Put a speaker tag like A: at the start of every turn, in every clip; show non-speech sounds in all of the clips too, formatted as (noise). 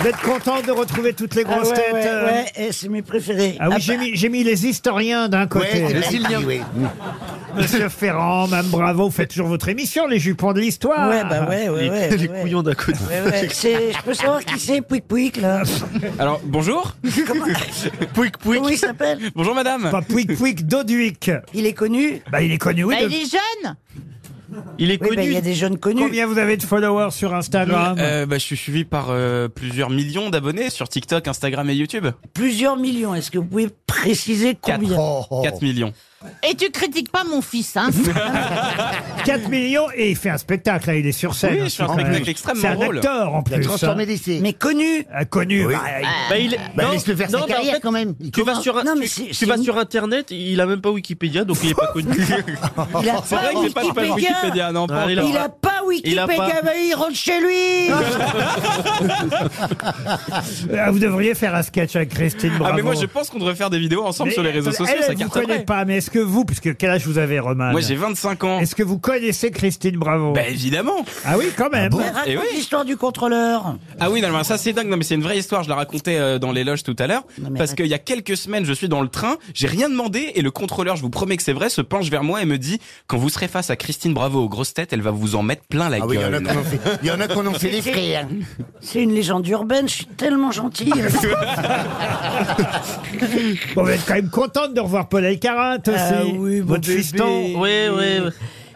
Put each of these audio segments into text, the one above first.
A: Vous êtes contente de retrouver toutes
B: Ah
A: les grosses
C: Ah ouais,
A: têtes
C: ouais,
A: euh,
C: ouais, et c'est mes préférés.
A: Ah oui, j'ai
B: bah.
A: mis, j'ai mis les historiens d'un côté.
D: Ouais,
A: Les-
D: Zillion.
B: (laughs)
A: Monsieur Ferrand, Mme Bravo, faites toujours votre émission, les jupons de l'histoire.
C: Ouais, bah ouais, ouais, ouais.
D: les
C: ouais.
D: couillons d'un côté.
C: Ouais, ouais, c'est- Je peux savoir qui c'est, Pouic Pouic, là
B: Alors, bonjour.
D: Pouic, pouic.
C: Comment il s'appelle
B: Bonjour, madame.
A: Pas Pouic Pouic Doduic.
C: Il est connu
A: Bah, il est connu, oui.
E: Bah,
A: de-
E: il est jeune
B: Il est
C: Oui, bah, il y a des jeunes connus.
A: Combien vous avez de followers sur Instagram
B: Euh, bah, je suis suivi par euh, plusieurs millions d'abonnés sur TikTok, Instagram et YouTube.
C: Plusieurs millions. Est-ce que vous pouvez préciser combien
D: Oh, oh.
B: 4 millions.
E: Et tu critiques pas mon fils, hein
A: 4 millions et il fait un spectacle, là, il est sur scène.
B: Oui,
A: hein,
B: je fais un
A: c'est
B: spectacle
A: quand même-
B: extrêmement
A: C'est un
B: drôle.
A: acteur en plus.
D: Transformer
A: hein.
D: l'essai.
C: Mais connus
A: Euh, Connu.
D: Oui.
A: bah,
B: Ah.
F: Bah, il...
D: Bah,
F: non,
D: laisse-le faire sa
F: non, bah, en
D: carrière
F: fait,
D: quand même.
F: Tu vas, sur,
C: Non, mais
F: tu-
C: c'est-
F: tu
C: c'est
F: vas
C: une-
F: sur internet, il a même pas Wikipédia, donc il est pas
D: (laughs)
F: connu.
C: Il a
B: C'est
C: pas
B: vrai que j'ai pas de page
C: Wikipédia
B: Wikipédia, non, pas
F: Ah, il a-
B: encore.
C: Il a pas
F: Il
C: Wikipédia,
F: a pas-
C: bah, il rentre chez lui
A: il- euh, vous devriez faire un sketch avec Christine Bravo.
B: Ah, mais moi, je pense qu'on devrait faire des vidéos ensemble
A: Mais,
B: sur les réseaux
A: elle,
B: sociaux,
A: elle,
B: ça
A: vous connaît
B: cartonnerait.
A: pas, mais est-ce que vous, puisque quel âge vous avez, Roman
B: Moi, j'ai 25 ans.
A: Est-ce que vous connaissez Christine Bravo
B: Bah, évidemment.
A: Ah oui, quand même.
C: Mais raconte
B: Eh oui.
C: l'histoire du contrôleur.
B: Ah oui, non, mais ça c'est dingue. Non, mais c'est une vraie histoire. Je la racontais euh, dans les loges tout à l'heure.
C: Non, mais
B: Parce
C: arrête.
B: qu'il y a quelques semaines, je suis dans le train, j'ai rien demandé et le contrôleur, je vous promets que c'est vrai, se penche vers moi et me dit quand vous serez face à Christine Bravo aux grosses têtes, elle va vous en mettre plein la
D: Ah oui, il y en a
B: gueule.
D: qu'on en fait, il y en a qu'on en fait les frais. hein.
C: C'est une légende urbaine, je suis tellement gentil.
A: Bon, vous êtes quand même contente de revoir Paul Elkarat aussi.
C: Ah oui, mon
A: votre
C: bébé.
A: fiston.
F: ouais, ouais. ouais.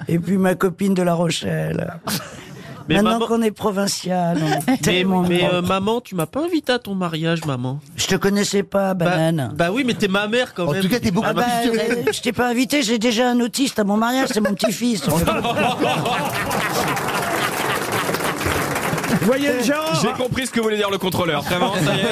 C: Et puis ma copine de La Rochelle.
F: Mais
C: Maintenant
F: maman-
C: qu'on est provincial, on est
F: Mais,
C: tellement
F: mais,
C: heureux.
F: euh, maman, tu m'as pas invité à ton mariage, maman.
C: Je te connaissais pas, banane.
F: Bah, bah oui, mais t'es ma mère quand
D: Ah, En
F: même.
D: tout cas, t'es beaucoup
C: Ah
F: (laughs)
C: bah,
D: plus sûr.
C: euh, je t'ai pas invité, j'ai déjà un autiste à mon mariage, c'est mon
B: (laughs)
C: petit-fils.
A: Vous voyez le genre
B: J'ai compris ce que voulait dire le contrôleur. Vraiment, ça y est,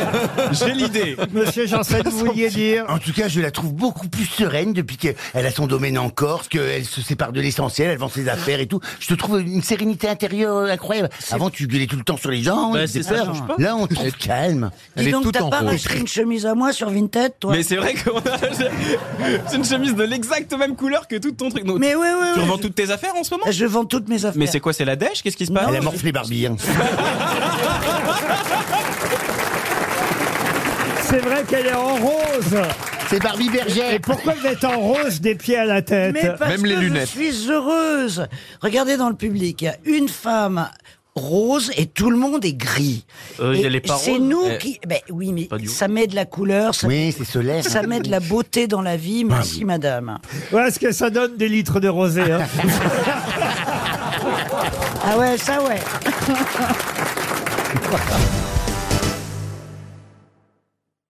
B: j'ai l'idée.
A: Monsieur Janssen,
C: (laughs)
A: vous vouliez dire
D: En tout cas, je la trouve beaucoup plus sereine depuis qu'elle a son domaine en Corse, qu'elle se sépare de l'essentiel, elle vend ses affaires et tout. Je te trouve une sérénité intérieure euh, incroyable. Avant, tu gueulais tout le temps sur les gens,
F: Bah,
D: on
F: c'est
D: faisait
F: ça,
D: peur.
F: change pas.
D: Là, on te trouve calme.
C: Dis donc, t'as pas acheté une chemise à moi sur Vinted, toi
B: Mais c'est vrai qu'on a c'est une chemise de l'exacte même couleur que tout ton truc. Donc,
C: Mais ouais, ouais,
B: tu
C: ouais,
B: revends toutes tes affaires en ce moment
C: Je vends toutes mes affaires.
B: Mais c'est quoi C'est la dèche Qu'est-ce qui se passe
D: Elle a morflé Barbie. hein.
A: C'est vrai qu'elle est en rose.
D: C'est Barbie Berger.
A: Et pourquoi vous êtes en rose des pieds à la tête
C: Mais parce
B: Même les
C: que
B: lunettes.
C: Je suis heureuse. Regardez dans le public, il y a une femme rose et tout le monde est gris.
F: Euh, il y a
C: Et
F: les pas
C: C'est
F: roses.
C: nous
F: Eh,
C: qui. Ben oui, mais
F: pas du
C: ça met de la couleur, ça,
D: Oui, c'est solaire.
C: ça met de la beauté dans la vie. Merci, madame.
A: Voilà ce que ça donne des litres de rosé. hein.
C: (laughs) Ah ouais, ça ouais.